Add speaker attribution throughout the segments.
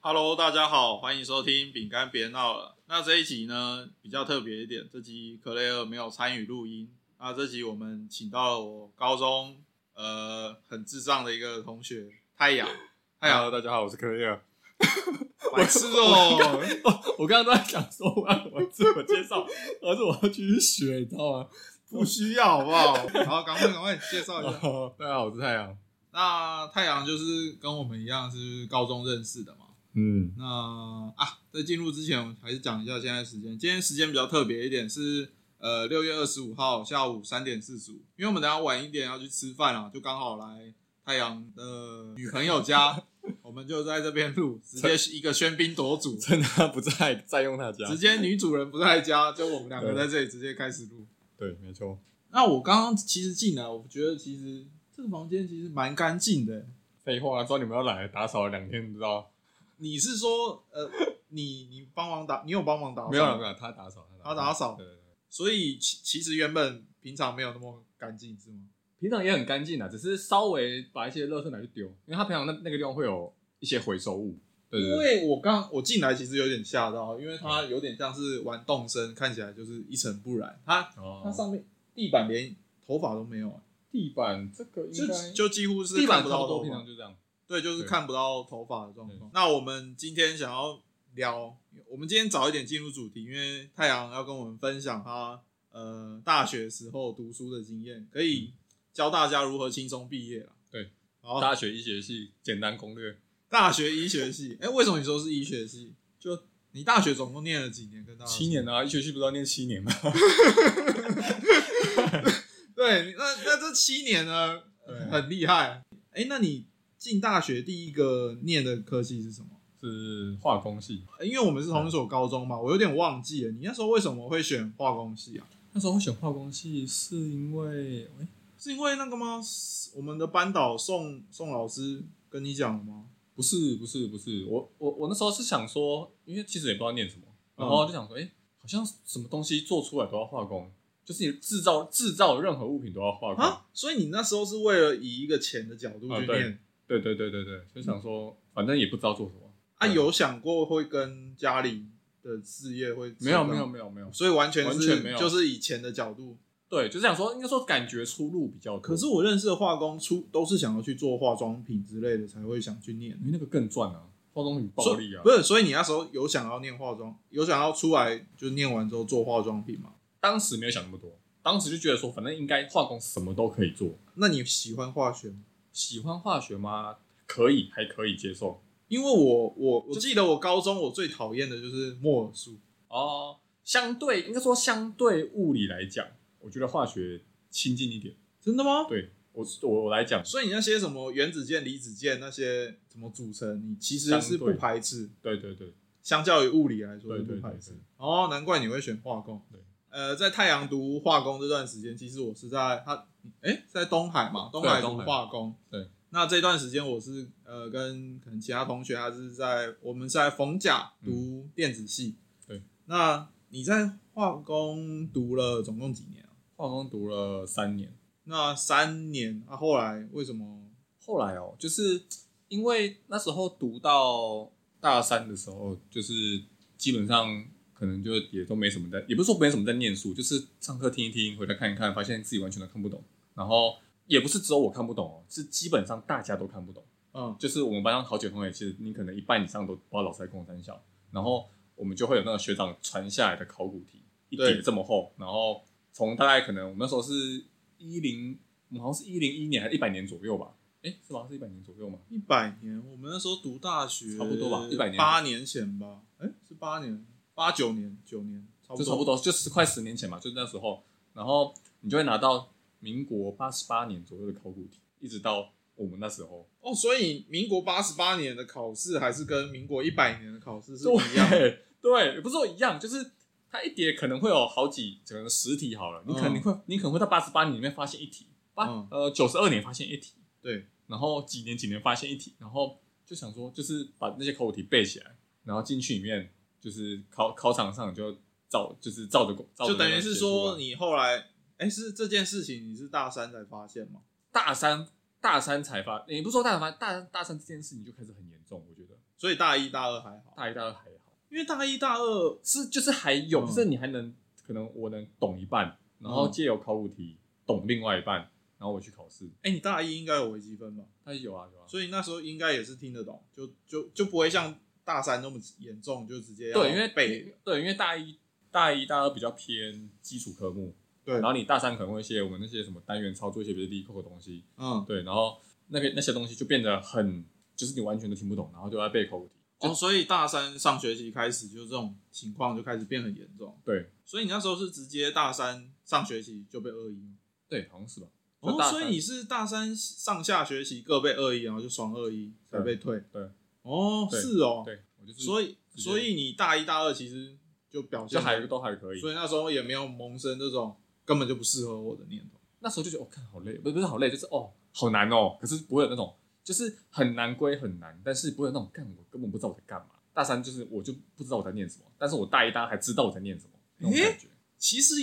Speaker 1: Hello，大家好，欢迎收听《饼干别闹了》。那这一集呢比较特别一点，这集克雷尔没有参与录音。那这集我们请到了我高中呃很智障的一个同学太阳，太阳
Speaker 2: Hello，大家好，我是科尔。
Speaker 1: 白痴哦、
Speaker 2: 哦，我刚刚都在想说，我要怎么自我介绍，而是我要去学，你知道吗？
Speaker 1: 不需要好不好？哦好，赶快赶快介绍 一下。
Speaker 2: 哦，大家好，我是太阳。
Speaker 1: 那太阳就是跟我们一样是高中认识的嘛。
Speaker 2: 嗯，
Speaker 1: 那啊，在进入之前，我们还是讲一下现在时间。今天时间比较特别一点，是呃六月二十五号下午三点四十五，因为我们等一下晚一点要去吃饭啊，就刚好来太阳的女朋友 家，我们就在这边录，直接一个喧宾夺 主，
Speaker 2: 趁他不在，占用他家
Speaker 1: 直。接女主人不在家，就我们两个在这里直接开始录。
Speaker 2: 对，啊没错。
Speaker 1: 那我刚刚其实进来，我觉得其实这个房间其实蛮干净的、
Speaker 2: 废话，知道你们要来，打扫了两天，不知道？
Speaker 1: 你是说呃，你你帮忙打，你有帮忙打扫吗？
Speaker 2: 没有了，没有啦，他打扫，
Speaker 1: 他打扫
Speaker 2: 对对对，
Speaker 1: 所以其其实原本平常没有那么干净是吗？
Speaker 2: 平常也很干净啊，只是稍微把一些垃圾拿去丢，因为他平常那那个地方会有一些回收物。对对
Speaker 1: 因
Speaker 2: 对，
Speaker 1: 为我刚我进来其实有点吓到，因为它有点像是玩动身，看起来就是一尘不染。它它
Speaker 2: 哦，
Speaker 1: 上面地板连头发都没有、欸
Speaker 2: 地板这个应
Speaker 1: 就
Speaker 2: 该
Speaker 1: 就几乎是
Speaker 2: 地板
Speaker 1: 看不
Speaker 2: 差不
Speaker 1: 到
Speaker 2: 多，
Speaker 1: 头
Speaker 2: 平常
Speaker 1: 发。
Speaker 2: 就这样。
Speaker 1: 对，就是
Speaker 2: 对
Speaker 1: 看不到头发的状况。那我们今天想要聊，我们今天早一点进入主题，因为太阳要跟我们分享他呃大学时候读书的经验，可以教大家如何轻松毕业了。
Speaker 2: 嗯对，
Speaker 1: 好，
Speaker 2: 大学医学系简单攻略，
Speaker 1: 大学医学系，哎、为什么你说是医学系？就你大学总共念了几年？跟大家说
Speaker 2: 七。年啊，医学系不是要念七年吗？
Speaker 1: 对，那那这七年呢，
Speaker 2: 对
Speaker 1: 很厉害。哎、那你进大学第一个念的科系是什么？
Speaker 2: 是化工系。
Speaker 1: 因为我们是同一所高中嘛，我有点忘记了。你那时候为什么会选化工系啊？
Speaker 2: 那时候会选化工系是因为，诶
Speaker 1: 是因为那个吗？我们的班导宋宋老师跟你讲了吗？
Speaker 2: 不是不是不是，我我我那时候是想说，因为其实也不知道念什么，
Speaker 1: 嗯
Speaker 2: 然后就想说，哎、好像什么东西做出来都要化工，就是你制造制造任何物品都要化工。
Speaker 1: 啊，所以你那时候是为了以一个钱的角度
Speaker 2: 啊
Speaker 1: 去
Speaker 2: 对
Speaker 1: 念
Speaker 2: 对对对对对，就想说，反正也不知道做什么。
Speaker 1: 啊？
Speaker 2: 对
Speaker 1: 有想过会跟家里的事业会
Speaker 2: 没有
Speaker 1: 扯
Speaker 2: 没
Speaker 1: 上
Speaker 2: 有没有没有，
Speaker 1: 所以完全是
Speaker 2: 完全没有
Speaker 1: 就是以钱的角度。
Speaker 2: 对，就是想说，应该说感觉出路比较多。
Speaker 1: 可是我认识的化工出都是想要去做化妆品之类的，才会想去念
Speaker 2: 因为那个更赚啊，化妆品暴利啊
Speaker 1: 所以不。是，所以你那时候有想要念化妆，有想要出来就念完之后做化妆品吗？
Speaker 2: 当时没有想那么多，当时就觉得说，反正应该化工什么都可以做。
Speaker 1: 那你喜欢化学吗？
Speaker 2: 喜欢化学吗？可以，还可以接受
Speaker 1: 因为我我我记得我高中我最讨厌的就是莫尔数，
Speaker 2: 哦。相对应该说相对物理来讲，我觉得化学亲近一点。
Speaker 1: 真的吗？
Speaker 2: 对我我我来讲，
Speaker 1: 所以你那些什么原子键、离子键那些怎么组成，你其实是
Speaker 2: 相对
Speaker 1: 不排斥，
Speaker 2: 对对对，
Speaker 1: 相较于物理来说是
Speaker 2: 对对
Speaker 1: 不
Speaker 2: 对
Speaker 1: 排斥
Speaker 2: 对。
Speaker 1: 哦，难怪你会选化工。
Speaker 2: 对，
Speaker 1: 呃，在太阳读化工这段时间，其实我是在他，哎、在东海嘛，东海
Speaker 2: 对东
Speaker 1: 读
Speaker 2: 海
Speaker 1: 化工。
Speaker 2: 对，
Speaker 1: 那这段时间我是呃跟可能其他同学，他是在我们是在逢甲读电子系。
Speaker 2: 嗯对，
Speaker 1: 那你在化工读了总共几年啊？
Speaker 2: 化工读了三年，
Speaker 1: 那三年啊，后来为什么？
Speaker 2: 后来哦，就是因为那时候读到大三的时候，就是基本上可能就也都没什么在，也不是说没什么在念书，就是上课听一听，回来看一看，发现自己完全都看不懂。然后也不是只有我看不懂哦，是基本上大家都看不懂。
Speaker 1: 嗯，
Speaker 2: 就是我们班上好几个同学，其实你可能一半以上都不知道老师在跟我三小，然后我们就会有那个学长传下来的考古题，一
Speaker 1: 对
Speaker 2: 叠这么厚，然后从大概可能我们那时候是一零，我们好像是一零一年还是一百年左右吧？哎，是吧？是一百年左右嘛？
Speaker 1: 一百年，我们那时候读大学
Speaker 2: 差不多吧100年
Speaker 1: 八年前吧，哎、是八年，八九年，九年，差不
Speaker 2: 就
Speaker 1: 多，
Speaker 2: 差不多，就十快十年前嘛，就是那时候，然后你就会拿到民国八十八年左右的考古题，一直到我们那时候，
Speaker 1: 哦，所以民国八十八年的考试还是跟民国一百年的考试是一样的。
Speaker 2: 对 对，也不是说一样，就是它一叠可能会有好几，可能十题好了，你可能
Speaker 1: 嗯
Speaker 2: 你会、你可能会到八十八年里面发现一题，八、
Speaker 1: 嗯
Speaker 2: 呃九十二年发现一题，
Speaker 1: 对，
Speaker 2: 然后几年几年发现一题，然后就想说就是把那些口题背起来，然后进去里面就是考考场上就照就是照着照着
Speaker 1: 就等于是说
Speaker 2: 你
Speaker 1: 你后来，哎、是这件事情你是大三才发现吗？
Speaker 2: 大三大三才发，也不是说大三发大大三这件事情就开始很严重，我觉得
Speaker 1: 所以大一大二还好，
Speaker 2: 大一、大二还好，
Speaker 1: 因为大一大二
Speaker 2: 是就是还有，
Speaker 1: 嗯
Speaker 2: 就是你还能可能我能懂一半，然后借由考古题懂另外一半，然后我去考试。
Speaker 1: 哎、你大一应该有微积分吧？
Speaker 2: 他有啊有啊，
Speaker 1: 所以那时候应该也是听得懂，就就就不会像大三那么严重，就直接要
Speaker 2: 对，因为
Speaker 1: 背。
Speaker 2: 对，因为大一、大一、大二比较偏基础科目，
Speaker 1: 对
Speaker 2: 然后你大三可能会一些我们那些什么单元操作一些比较 l 扣的东西，
Speaker 1: 嗯，
Speaker 2: 对，然后那边那些东西就变得很，就是你完全都听不懂，然后就要背考古题。
Speaker 1: 哦，所以大三上学期开始就这种情况就开始变很严重。
Speaker 2: 对
Speaker 1: 所以你那时候是直接大三上学期就被二一吗？
Speaker 2: 对，好像是吧？就
Speaker 1: 哦
Speaker 2: 大，三
Speaker 1: 所以你是大三上下学期各被二一，然后就双二一才被退。
Speaker 2: 对，
Speaker 1: 哦，
Speaker 2: 对
Speaker 1: 是哦，
Speaker 2: 对，我就是
Speaker 1: 所以
Speaker 2: 直接
Speaker 1: 所以你大一大二其实就表现
Speaker 2: 就
Speaker 1: 得
Speaker 2: 还都还可以。
Speaker 1: 所以那时候也没有萌生这种根本就不适合我的念头。
Speaker 2: 那时候就觉得，哦，看好累，不是不是好累，就是哦，好难哦。可是不会有那种，就是很难归很难，但是不会有那种干，我根本不知道我在干嘛。大三就是我就不知道我在念什么，但是我大一、大二还知道我在念什么那种感觉。
Speaker 1: 其实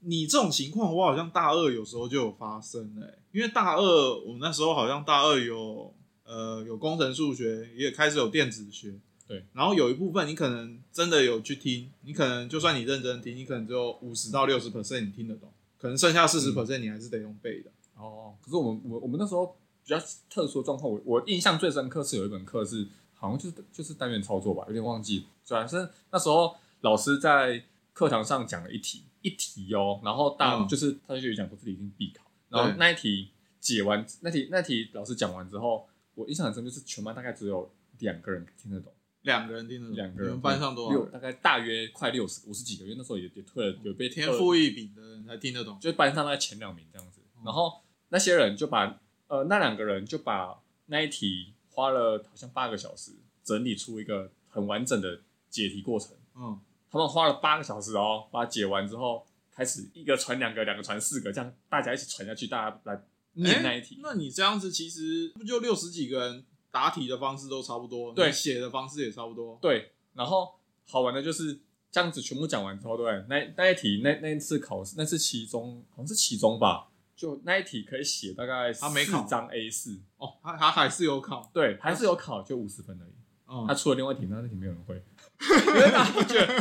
Speaker 1: 你这种情况，我好像大二有时候就有发生哎、因为大二我们那时候好像大二有呃有工程数学，也开始有电子学，
Speaker 2: 对，
Speaker 1: 然后有一部分你可能真的有去听，你可能就算你认真听，你可能只有五十到六十 percent 你听得懂，可能剩下
Speaker 2: 嗯
Speaker 1: 四十 percent 你还是得用背的。
Speaker 2: 哦，可是我们我我们那时候比较特殊的状况，我我印象最深刻是有一门课是好像就是就是单元操作吧，有点忘记。反正那时候老师在课堂上讲了一题一题哦，然后大、
Speaker 1: 嗯
Speaker 2: 就是他就讲说这里一定必考，然后
Speaker 1: 对
Speaker 2: 那一题解完那题那题老师讲完之后，我印象很深就是全班大概只有两个人听得懂，
Speaker 1: 两个人听得懂，
Speaker 2: 两个
Speaker 1: 你
Speaker 2: 人
Speaker 1: 们班上多少
Speaker 2: 六
Speaker 1: 人？
Speaker 2: 大概大约快六十五十几个，因为那时候也也退了，有被
Speaker 1: 天
Speaker 2: 二
Speaker 1: 赋异禀的人才听得懂。
Speaker 2: 就班上在前两名这样子。
Speaker 1: 嗯
Speaker 2: 然后那些人就把呃那两个人就把那一题花了好像八个小时整理出一个很完整的解题过程。
Speaker 1: 嗯，
Speaker 2: 他们花了八个小时哦，把它解完之后，开始一个传两个，两个传四个，这样大家一起传下去，大家来念那一题。
Speaker 1: 诶那你这样子其实不就六十几个人答题的方式都差不多，
Speaker 2: 对
Speaker 1: 你写的方式也差不多。
Speaker 2: 对，然后好玩的就是这样子全部讲完之后，对不对，那那一题那那一次考试，那次期中好像是期中吧，就那一题可以写大概
Speaker 1: 他没
Speaker 2: 四
Speaker 1: 考
Speaker 2: 张 A 四，
Speaker 1: 哦，他他还是有考，
Speaker 2: 对，还是有考，就五十分而已。
Speaker 1: 嗯
Speaker 2: 他，出了另外一题，那那题没有人会， 因为大家不觉得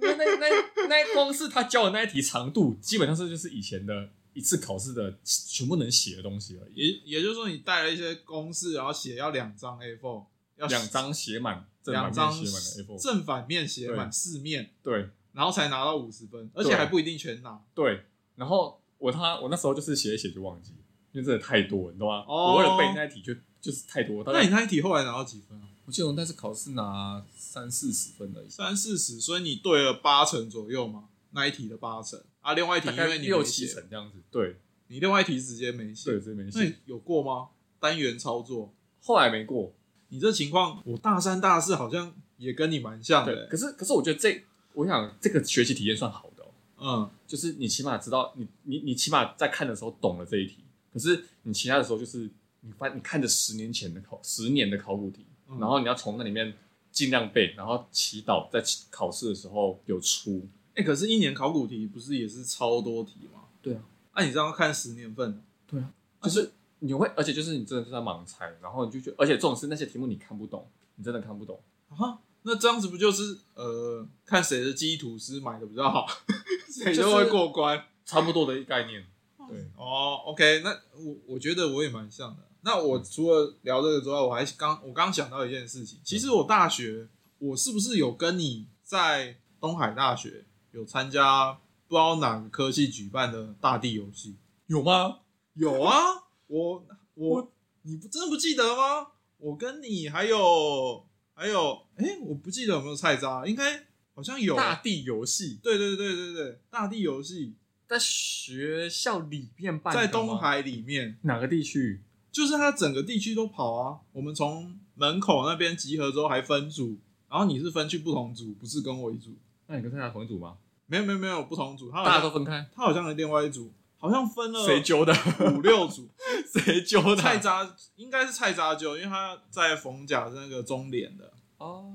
Speaker 2: 那那那那光是他教的那一题长度，基本上是就是以前的一次考试的全部能写的东西而已，
Speaker 1: 也也就是说你带了一些公式，然后写要两张 A4，要
Speaker 2: 两张写满，正反
Speaker 1: 两
Speaker 2: 面
Speaker 1: 张
Speaker 2: 写满的 A4，
Speaker 1: 正反面写满
Speaker 2: 对
Speaker 1: 四面，
Speaker 2: 对
Speaker 1: 然后才拿到五十分，而且
Speaker 2: 对
Speaker 1: 还不一定全拿。
Speaker 2: 对。然后我他我那时候就是写一写就忘记，因为真的太多，你懂吗？
Speaker 1: 哦
Speaker 2: 我为了背那一题就就是太多，大
Speaker 1: 那你
Speaker 2: 概
Speaker 1: 那一题后来拿到几分啊？
Speaker 2: 我记得我那次考试拿三四十分而已，
Speaker 1: 三四十，所以你对了八成左右嘛，那一题的八成啊，另外一题
Speaker 2: 大
Speaker 1: 因
Speaker 2: 概
Speaker 1: 为你
Speaker 2: 六
Speaker 1: 没
Speaker 2: 七
Speaker 1: 写，
Speaker 2: 成这样子，对
Speaker 1: 你另外一题直接没
Speaker 2: 对，
Speaker 1: 写，
Speaker 2: 这没
Speaker 1: 那
Speaker 2: 写
Speaker 1: 你，有过吗？单元操作，
Speaker 2: 后来没过，
Speaker 1: 你这情况，我大三大四好像也跟你蛮像
Speaker 2: 对，
Speaker 1: 的欸、
Speaker 2: 可是可是我觉得这，我想这个学习体验算好的、哦，
Speaker 1: 嗯，
Speaker 2: 就是你起码知道你你你起码在看的时候懂了这一题，可是你其他的时候就是你翻你看着十年前的考十年的考古题，
Speaker 1: 嗯
Speaker 2: 然后你要从那里面尽量背，然后祈祷在起考试的时候有出。
Speaker 1: 哎、可是，一年考古题不是也是超多题吗？
Speaker 2: 对啊，
Speaker 1: 那、你这样看十年份，
Speaker 2: 对啊，就是你会，而且就是你真的是在盲猜，然后你就觉得，而且这种是那些题目你看不懂，你真的看不懂。
Speaker 1: 啊，那这样子不就是呃，看谁的基础师买的比较好， 谁
Speaker 2: 就是
Speaker 1: 就会过关。
Speaker 2: 差不多的概念，对，
Speaker 1: 哦，OK，那我我觉得我也蛮像的。那
Speaker 2: 嗯
Speaker 1: 我除了聊这个之外，我还刚我刚想到一件事情，其
Speaker 2: 嗯
Speaker 1: 实我大学我是不是有跟你在东海大学有参加不知道哪个科系举办的大地游戏？
Speaker 2: 有吗？
Speaker 1: 有啊， 我我你不真的不记得吗？我跟你还有还有，哎、我不记得有没有菜渣，应该好像有。
Speaker 2: 大地游戏
Speaker 1: 对对对对对，大地游戏
Speaker 2: 在学校里面办的吗，
Speaker 1: 在东海里面，
Speaker 2: 哪个地区？
Speaker 1: 就是它整个地区都跑啊。我们从门口那边集合之后还分组，然后你是分去不同组，不是跟我一组。
Speaker 2: 那你跟大家同一组吗？
Speaker 1: 没有没有没有不同组，他好
Speaker 2: 大家
Speaker 1: 像
Speaker 2: 都分开，
Speaker 1: 他好像另外一组，好像分了
Speaker 2: 谁揪的？
Speaker 1: 五六组。
Speaker 2: 谁揪 的？
Speaker 1: 菜渣应该是菜渣就，因为他在冯甲是那个中联的。
Speaker 2: 哦，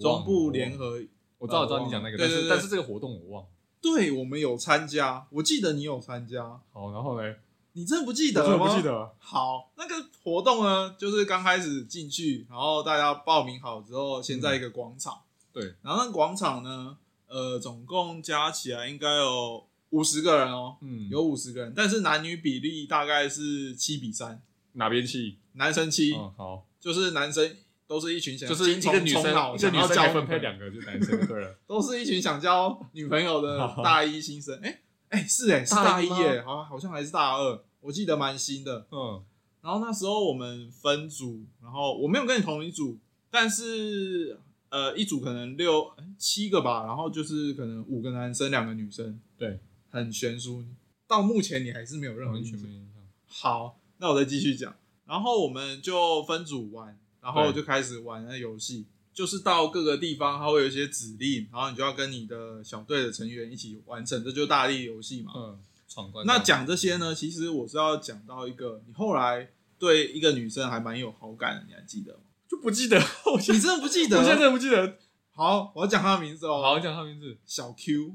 Speaker 1: 中部联，合，
Speaker 2: 我知道，我知道你讲那个，
Speaker 1: 对
Speaker 2: 但
Speaker 1: 对
Speaker 2: 是
Speaker 1: 对
Speaker 2: 但是这个活动我忘了。
Speaker 1: 对我们有参加，我记得你有参加，
Speaker 2: 好，然后嘞，
Speaker 1: 你真的不记
Speaker 3: 我
Speaker 1: 得
Speaker 3: 真的
Speaker 1: 了
Speaker 3: 不
Speaker 1: 吗？
Speaker 3: 记得了。
Speaker 1: 好，那个活动呢，就是刚开始进去，然后大家报名好之后，先在一个广场、
Speaker 2: 嗯对，
Speaker 1: 然后那个广场呢，呃，总共加起来应该有五十个人哦，
Speaker 2: 嗯，
Speaker 1: 有五十个人，但是男女比例大概是七比三，
Speaker 2: 哪边气？
Speaker 1: 男生七、
Speaker 2: 嗯，好，
Speaker 1: 就是男生都是一群想
Speaker 2: 啊就是一
Speaker 1: 精
Speaker 2: 个
Speaker 1: 虫
Speaker 2: 女
Speaker 1: 充
Speaker 2: 生，
Speaker 1: 脑
Speaker 2: 一个
Speaker 1: 想
Speaker 2: 女
Speaker 1: 要
Speaker 2: 生
Speaker 1: 交
Speaker 2: 可
Speaker 1: 女
Speaker 2: 以分配
Speaker 1: 朋友
Speaker 2: 两个，就男生就对 了。
Speaker 1: 都是一群想交女朋友 的大一新生。哎、哎、是哎、是
Speaker 2: 大
Speaker 1: 大
Speaker 2: 一
Speaker 1: 一
Speaker 2: 吗
Speaker 1: 耶、好好像还是大二，我记得蛮新的。
Speaker 2: 嗯，
Speaker 1: 然后那时候我们分组，然后我没有跟你同一组，但是呃一组可能六哎七个吧，然后就是可能五个男生，两个女生，
Speaker 2: 对，
Speaker 1: 很悬殊。到目前你还是没有任何
Speaker 2: 完
Speaker 1: 印
Speaker 2: 全
Speaker 1: 象
Speaker 2: 没。印象。
Speaker 1: 好，那我再继续讲。然后我们就分组玩，然后
Speaker 2: 对
Speaker 1: 就开始玩那游戏，就是到各个地方，它会有一些指令，然后你就要跟你的小队的成员一起完成，这就是大力游戏嘛。
Speaker 2: 嗯，闯关。
Speaker 1: 那讲这些呢，其实我是要讲到一个，你后来对一个女生还蛮有好感的，你还记得 吗？
Speaker 2: 就不记得，我现
Speaker 1: 你真的不记
Speaker 2: 在我现在真
Speaker 1: 得？
Speaker 2: 的不记得。
Speaker 1: 好，我要讲她的名字
Speaker 2: 好，
Speaker 1: 哦，
Speaker 2: 我讲他名字。
Speaker 1: 小 Q。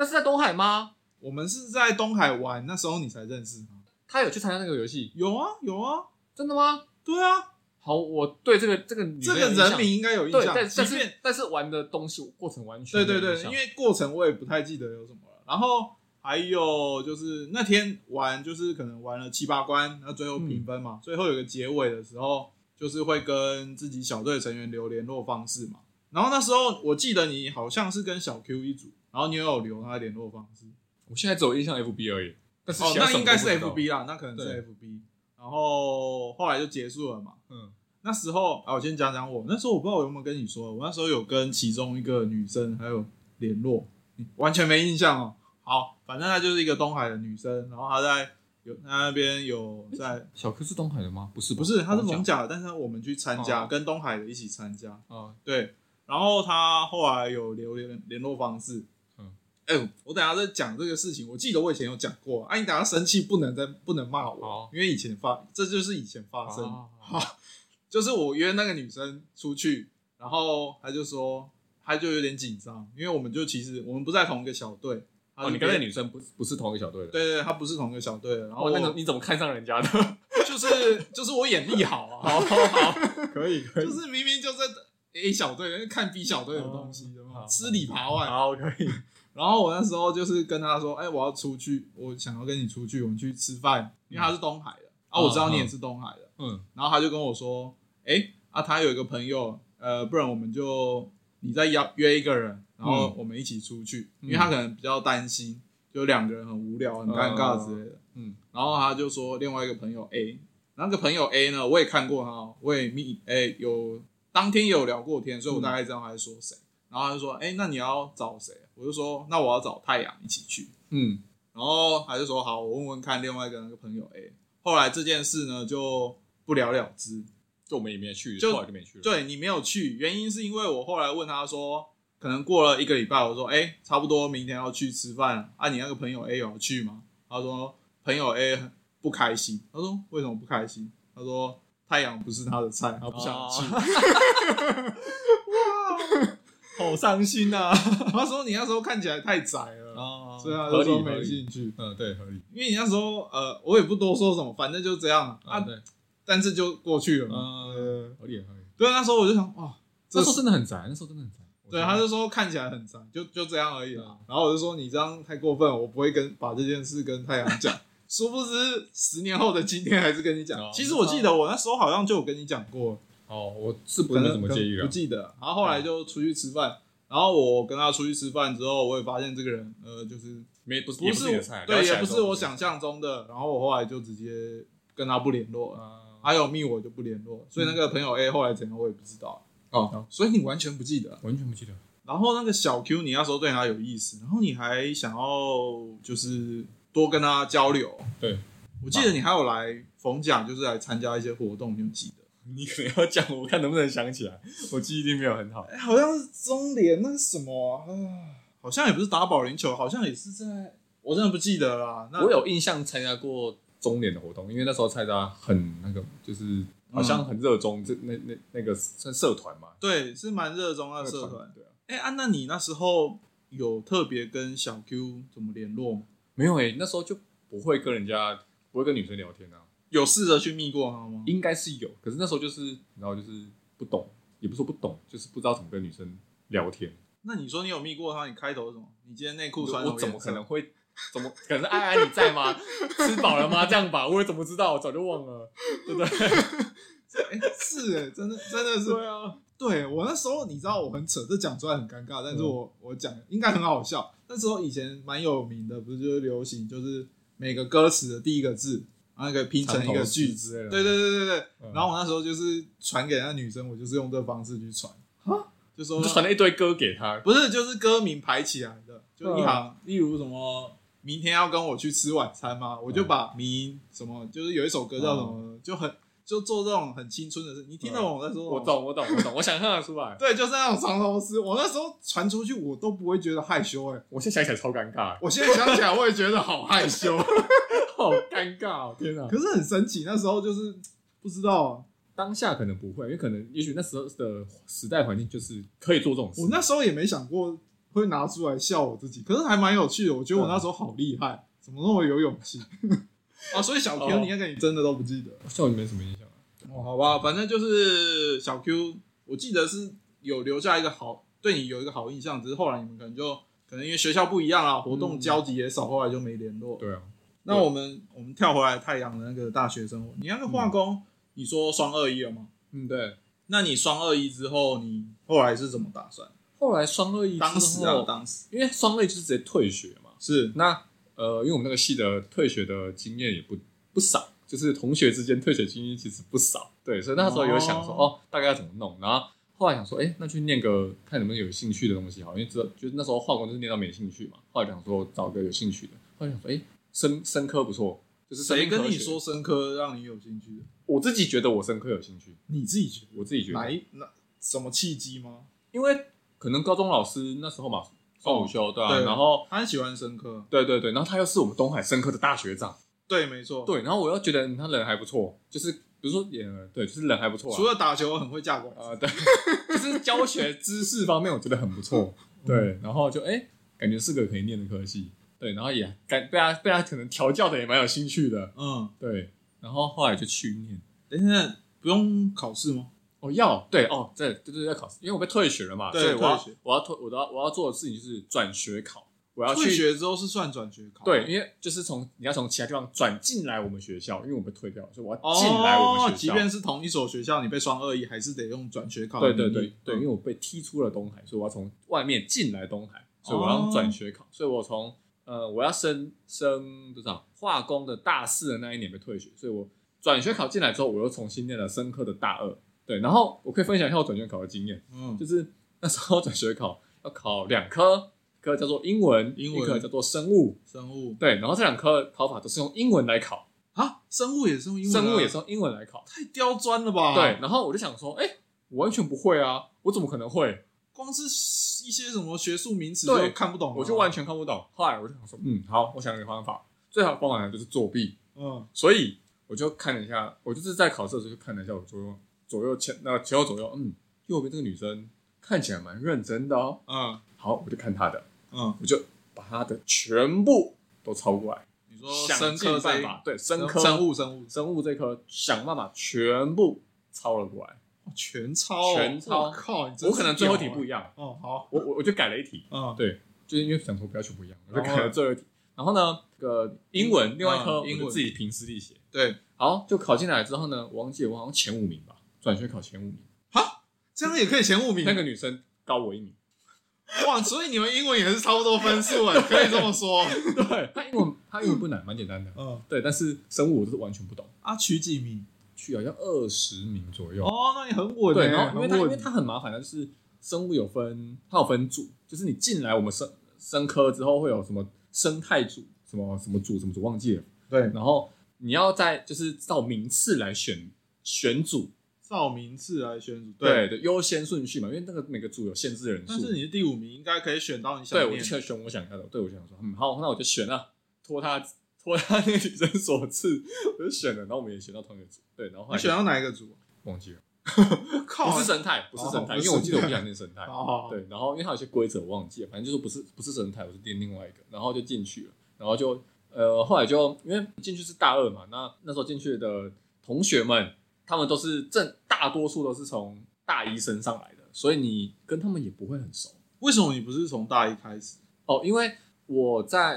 Speaker 2: 那是在东海吗？
Speaker 1: 我们是在东海玩，那时候你才认识她。
Speaker 2: 他有去参加那个游戏？
Speaker 1: 有啊，有啊，
Speaker 2: 真的吗？
Speaker 1: 对啊，
Speaker 2: 好，我对这个这个女
Speaker 1: 这
Speaker 2: 生
Speaker 1: 个
Speaker 2: 有印象
Speaker 1: 人名应该有印
Speaker 2: 对，
Speaker 1: 象。
Speaker 2: 但
Speaker 1: 即
Speaker 2: 但
Speaker 1: 便
Speaker 2: 是但是玩的东西过程完全
Speaker 1: 对
Speaker 2: 没有
Speaker 1: 对对
Speaker 2: 印，象
Speaker 1: 因为过程我也不太记得有什么了。然后还有就是那天玩，就是可能玩了七八关，那最后评分
Speaker 2: 嗯
Speaker 1: 嘛，最后有个结尾的时候，就是会跟自己小队的成员留联络方式嘛。然后那时候我记得你好像是跟小 Q 一组，然后你也有留他的联络方式。
Speaker 2: 我现在只有印象 FB 而已。但是
Speaker 1: 哦，
Speaker 2: 其他
Speaker 1: 那
Speaker 2: 什么
Speaker 1: 应该是
Speaker 2: 都不知
Speaker 1: FB
Speaker 2: 道
Speaker 1: 啦，那可能
Speaker 2: 对
Speaker 1: 是 FB。然后后来就结束了嘛。
Speaker 2: 嗯
Speaker 1: 那时候啊，我先讲讲我那时候，我不知道我有没有跟你说，我那时候有跟其中一个女生还有联络，你完全没印象哦。好，反正她就是一个东海的女生，然后她在有她那边有在，
Speaker 2: 小 Q 是东海的吗？不是吧，哦
Speaker 1: 不是她是
Speaker 2: 龙
Speaker 1: 蒙甲的，但是我们去参加，
Speaker 2: 哦
Speaker 1: 跟东海的一起参加，
Speaker 2: 啊，
Speaker 1: 对。然后她后来有留联联络方式，
Speaker 2: 嗯，
Speaker 1: 哎、我等一下再讲这个事情，我记得我以前有讲过，啊，你等一下生气不能再不能骂我，
Speaker 2: 好
Speaker 1: 因为以前发，这就是以前发生的
Speaker 2: 哦
Speaker 1: 好，就是我约那个女生出去，然后她就说，她就有点紧张，因为我们就其实我们不在同一个小队。她
Speaker 2: 哦，
Speaker 1: 就
Speaker 2: 你跟那个女生不不是同一个小队的。
Speaker 1: 对对，对她不是同一个小队的。然后
Speaker 2: 哦，
Speaker 1: 我、
Speaker 2: 那种你怎么看上人家的？
Speaker 1: 就是就是我眼力 好啊，
Speaker 2: 好好，可以可
Speaker 1: 就是明明就在 A 小队看 B 小队的东西的
Speaker 2: 哦
Speaker 1: 嘛，吃里扒外。
Speaker 2: 好可以。
Speaker 1: 然后我那时候就是跟她说，哎、我要出去，我想要跟你出去，我们去吃饭，因为她是东海的，啊，我知道你也是东海的。
Speaker 2: 嗯，
Speaker 1: 然后他就跟我说：“哎、啊，他有一个朋友，呃，不然我们就你再邀约一个人，然后我们一起出去，
Speaker 2: 嗯
Speaker 1: 因为他可能比较担心，就两个人很无聊、很尴尬之类的。
Speaker 2: 嗯，
Speaker 1: 然后他就说另外一个朋友 A，那个朋友 A 呢，我也看过他哦，我也密哎、有当天也有聊过天，所以我大概知道他在说谁。然后他就说：哎、那你要找谁？我就说：那我要找太阳一起去。
Speaker 2: 嗯，
Speaker 1: 然后他就说好，我问问看另外一个那个朋友 A。后来这件事呢就不了了之。
Speaker 2: 就我们也没去，
Speaker 1: 就
Speaker 2: 后来就没去了。，
Speaker 1: 对你没有去，原因是因为我后来问他说，可能过了一个礼拜，我说哎、差不多明天要去吃饭啊，你那个朋友 A 有要去吗？他说朋友 A 很不开心。他说为什么不开心？他说太阳不是他的菜，他不想去。
Speaker 2: 哦好伤心
Speaker 1: 啊
Speaker 2: 呐。
Speaker 1: 他说你那时候看起来太窄了，
Speaker 2: 哦
Speaker 1: 所以他
Speaker 2: 合
Speaker 1: 就说
Speaker 2: 理
Speaker 1: 没
Speaker 2: 合理。
Speaker 1: 兴趣。
Speaker 2: 嗯，对，合理。
Speaker 1: 因为你那时候呃，我也不多说什么，反正就这样
Speaker 2: 啊，
Speaker 1: 啊。呃
Speaker 2: 对，
Speaker 1: 但是就过去了嘛。
Speaker 2: 嗯，合理合理。
Speaker 1: 对，啊那时候我就想，哇，
Speaker 2: 那
Speaker 1: 这
Speaker 2: 时候
Speaker 1: 是
Speaker 2: 真的很宅，那时候真的很宅。
Speaker 1: 对，他就说看起来很脏，就就这样而已
Speaker 2: 对啊
Speaker 1: 啦。然后我就说你这样太过分了，我不会跟把这件事跟太阳讲。殊不知十年后的今天还是跟你讲
Speaker 2: 哦。
Speaker 1: 其实我记得我那时候好像就有跟你讲过，
Speaker 2: 哦，我是不
Speaker 1: 可
Speaker 2: 是
Speaker 1: 能
Speaker 2: 怎么介意
Speaker 1: 可能
Speaker 2: 啊
Speaker 1: 不？记得。然后后来就出去吃饭，然后我跟他出去吃饭之后，我也发现这个人呃，就是
Speaker 2: 没不是
Speaker 1: 不
Speaker 2: 也不是你的菜，啊
Speaker 1: 我对，
Speaker 2: 聊起
Speaker 1: 也
Speaker 2: 来
Speaker 1: 不
Speaker 2: 之
Speaker 1: 是
Speaker 2: 后
Speaker 1: 我想象中的。然后我后来就直接跟他不联络了。
Speaker 2: 啊，
Speaker 1: 还有密我就不联络，所以
Speaker 2: 嗯
Speaker 1: 那个朋友 A 后来怎样我也不知道。
Speaker 2: 哦，
Speaker 1: 所以你完全不记得。啊
Speaker 2: 完全不记得。
Speaker 1: 然后那个小 Q，你那时候对他有意思，然后你还想要就是多跟他交流。
Speaker 2: 对，
Speaker 1: 我记得你还有来逢甲，就是来参加一些活动，你有记得？
Speaker 2: 你可能要讲，我看能不能想起来。我记忆力没有很好。
Speaker 1: 哎，好像是中联那个什么啊，好像也不是打保龄球，好像也是在，我真的不记得啦。那
Speaker 2: 我有印象参加过中年的活动，因为那时候蔡家很那个，就是好像很热
Speaker 1: 嗯
Speaker 2: 衷这那那那个算社团嘛，
Speaker 1: 对是蛮热衷的社
Speaker 2: 那个
Speaker 1: 团。
Speaker 2: 对啊，
Speaker 1: 哎、啊，那你那时候有特别跟小 Q 怎么联络吗？
Speaker 2: 欸没有诶、那时候就不会跟人家不会跟女生聊天啊，
Speaker 1: 有试着去密过他吗？
Speaker 2: 应该是有，可是那时候就是然后就是不懂，也不是说不懂，就是不知道怎么跟女生聊天。
Speaker 1: 那你说你有密过他，你开头是什么？你今天内裤穿什
Speaker 2: 我怎么
Speaker 1: 颜色
Speaker 2: 可能会？怎么可能是爱爱你在吗？ 吃饱了吗？这样吧，我也怎么知道？我早就忘了，对不对？
Speaker 1: 哎、 是哎、真的真的是，
Speaker 2: 啊，
Speaker 1: 对我那时候你知道我很扯，这讲出来很尴尬，
Speaker 2: 嗯
Speaker 1: 但是我、我讲应该很好笑。那时候以前蛮有名的，不是就是流行，就是每个歌词的第一个字，然后给拼成一个句子。
Speaker 2: 之类的。
Speaker 1: 对对对对对。
Speaker 2: 嗯
Speaker 1: 然后我那时候就是传给那女生，我就是用这方式去传，
Speaker 2: 啊
Speaker 1: 就说
Speaker 2: 我就传了一堆歌给他，
Speaker 1: 不是就是歌名排起来的，就
Speaker 2: 嗯
Speaker 1: 一行，例如什么。明天要跟我去吃晚餐吗？我就
Speaker 2: 嗯
Speaker 1: 把明什么，就是有一首歌叫什么，就很就做这种很青春的事。你听得懂我在说什么吗？
Speaker 2: 嗯我懂，我懂，我懂，我想象得出来。
Speaker 1: 对，就是那种藏头诗。我那时候传出去，我都不会觉得害羞、哎，
Speaker 2: 我现在想起来超尴尬，
Speaker 1: 我现在想起来，我也觉得好害羞。
Speaker 2: 好尴尬哦！天哪，
Speaker 1: 可是很神奇，那时候就是不知道，啊
Speaker 2: 当下可能不会，因为可能也许那时候的时代环境就是可以做这种事
Speaker 1: 我。哦那时候也没想过会拿出来笑我自己，可是还蛮有趣的。我觉得我那时候好厉害，怎么那么有勇气？ 啊，所以小 Q，、
Speaker 2: 哦
Speaker 1: 你那个你真的都不记得？
Speaker 2: 我笑你没什么印象啊，
Speaker 1: 哦，好吧，反正就是小 Q，我记得是有留下一个好对你有一个好印象，只是后来你们可能就可能因为学校不一样啊，活动
Speaker 2: 嗯
Speaker 1: 交集也少，后来就没联络。
Speaker 2: 对啊，
Speaker 1: 那我们我们跳回来太阳的那个大学生活，你那个化工，你说双二一了吗？
Speaker 2: 嗯对。
Speaker 1: 那你双二一之后，你后来是怎么打算？
Speaker 2: 后来双二一之后
Speaker 1: 当时啊，当时
Speaker 2: 因为双类就是直接退学嘛。
Speaker 1: 是
Speaker 2: 那呃，因为我们那个系的退学的经验也不不少，就是同学之间退学经验其实不少。对，所以那时候有想说，
Speaker 1: 哦
Speaker 2: 哦大概要怎么弄。然后后来想说，哎、那去念个看能不能有兴趣的东西好，因为知道就是那时候化工就是念到没兴趣嘛。后来想说找个有兴趣的，后来想说，哎、生生科不错，就是生
Speaker 1: 谁
Speaker 2: 命科
Speaker 1: 跟你
Speaker 2: 学
Speaker 1: 说？生科让你有兴趣的？
Speaker 2: 我自己觉得我生科有兴趣，
Speaker 1: 你自己觉得
Speaker 2: 我自己觉
Speaker 1: 哪
Speaker 2: 得，
Speaker 1: 一哪什么契机吗？
Speaker 2: 因为可能高中老师那时候嘛，双午休对啊，
Speaker 1: 哦对
Speaker 2: 然后。
Speaker 1: 他很喜欢生科，
Speaker 2: 对对对，然后他又是我们东海生科的大学长，
Speaker 1: 对，没错。，
Speaker 2: 对，然后我又觉得嗯他人还不错，就是比如说也对，就是人还不错、啊，
Speaker 1: 除了打球很会架拐，
Speaker 2: 呃对， 就是教学知识方面我觉得很不错，
Speaker 1: 嗯
Speaker 2: 对，然后就哎、感觉是个可以念的科系，对，然后也感被他被他可能调教的也蛮有兴趣的，
Speaker 1: 嗯，
Speaker 2: 对，然后后来就去念。
Speaker 1: 等一下不用考试吗？
Speaker 2: 哦，要对哦，对对对，要考试，因为我被退学了嘛，
Speaker 1: 对
Speaker 2: 所以我要
Speaker 1: 退学
Speaker 2: 我要退，我都要我要做的事情就是转学考，我要
Speaker 1: 退
Speaker 2: 去
Speaker 1: 学之后是算转学考，
Speaker 2: 对，，因为就是从你要从其他地方转进来我们学校，因为我被退掉了，所以我要
Speaker 1: 哦，
Speaker 2: 进来我们学校。
Speaker 1: 即便是同一所学校，你被双二一，还是得用转学考的
Speaker 2: 对
Speaker 1: 名
Speaker 2: 对
Speaker 1: 义。
Speaker 2: 对对，因为我被踢出了东海，所以我要从外面进来东海，所以我
Speaker 1: 哦
Speaker 2: 要转学考，所以我从呃我要升升多少化工的大四的那一年被退学，所以我转学考进来之后，我又重新念了生科的大二。对，然后我可以分享一下我转学考的经验，
Speaker 1: 嗯，
Speaker 2: 就是那时候转学考要考两科，一科叫做英文，
Speaker 1: 英文
Speaker 2: 一科叫做生物。
Speaker 1: 生物
Speaker 2: 对，然后这两科考法都是用英文来考，
Speaker 1: 啊，生物也是用英文啊，嗯
Speaker 2: 生物也是用英文来考。
Speaker 1: 太刁钻了吧？
Speaker 2: 对，，然后我就想说，哎，我完全不会啊，我怎么可能会？
Speaker 1: 光是一些什么学术名词
Speaker 2: 对
Speaker 1: 就看不懂了，
Speaker 2: 我就完全看不懂。后来我就想说，嗯，好，我想了一个方法，最好的方法就是作弊。
Speaker 1: 嗯
Speaker 2: 所以我就看了一下，我就是在考试的时候就看了一下我左右左右前那前后左右，嗯，右边这个女生看起来蛮认真的哦。
Speaker 1: 嗯
Speaker 2: 好，我就看她的，
Speaker 1: 嗯，
Speaker 2: 我就把她的全部都抄过来，
Speaker 1: 你说
Speaker 2: 想
Speaker 1: 生
Speaker 2: 尽
Speaker 1: 科这
Speaker 2: 办
Speaker 1: 一
Speaker 2: 法，对，生科
Speaker 1: 生物生物
Speaker 2: 生物这科想办法全部抄了过来。
Speaker 1: 哦全抄哦
Speaker 2: 全抄
Speaker 1: 我靠，你真是
Speaker 2: 我可能最后一题
Speaker 1: 屌啊
Speaker 2: 不一样，
Speaker 1: 哦，好，
Speaker 2: 我我我就改了一题，
Speaker 1: 嗯
Speaker 2: 对就是因为想说不要全部一样，我就
Speaker 1: 然后
Speaker 2: 改了最后一题。然后呢，这个哦英文另外一科，
Speaker 1: 嗯英文
Speaker 2: 我就自己凭实力写。
Speaker 1: 对，
Speaker 2: 好，就考进来之后呢，我忘记我好像前五名吧，转学考前五名。
Speaker 1: 这样也可以前五名
Speaker 2: 那个女生高我一名，
Speaker 1: 哇，所以你们英文也是差不多分数哎，可以这么 说，
Speaker 2: 对，她英文她英文不难，蛮简单的。
Speaker 1: 嗯
Speaker 2: 对，但是生物我就是完全不懂，
Speaker 1: 啊，取几名？
Speaker 2: 去好像二十名左右。
Speaker 1: 哦，那你很稳
Speaker 2: 对，
Speaker 1: 欸
Speaker 2: 然后因为它
Speaker 1: 很
Speaker 2: 因
Speaker 1: 稳
Speaker 2: 为它很麻烦的，就是生物有分，它有分组，就是你进来我们生生科之后会有什么生态组，什么什么组什么组忘记了，
Speaker 1: 对
Speaker 2: 然后你要在就是照名次来选选组，
Speaker 1: 照名次来选组，
Speaker 2: 对对，优先顺序嘛，因为那个每个组有限制人数。
Speaker 1: 但是你是第五名，应该可以选到你想
Speaker 2: 对，我
Speaker 1: 念
Speaker 2: 就选选我想要的，对我想说，嗯，好，那我就选了，托他 托他那个女生所赐， 我就选了，然后我们也选到同一个组，对，然后后
Speaker 1: 你
Speaker 2: 来
Speaker 1: 选到哪一个组？
Speaker 2: 忘记了，
Speaker 1: 靠
Speaker 2: 不是生态，不是生态，
Speaker 1: 哦
Speaker 2: 因为我记得我不想念生态，
Speaker 1: 好好好
Speaker 2: 对，然后因为它有些规则我忘记了，反正就是不是不是生态，我是念另外一个，然后就进去了，然后就呃呃，后来就因为进去是大二嘛，那那时候进去的同学们，他们都是正大多数都是从大一升上来的，所以你跟他们也不会很熟
Speaker 1: 为什么你不是从大一开始
Speaker 2: 哦。因为我在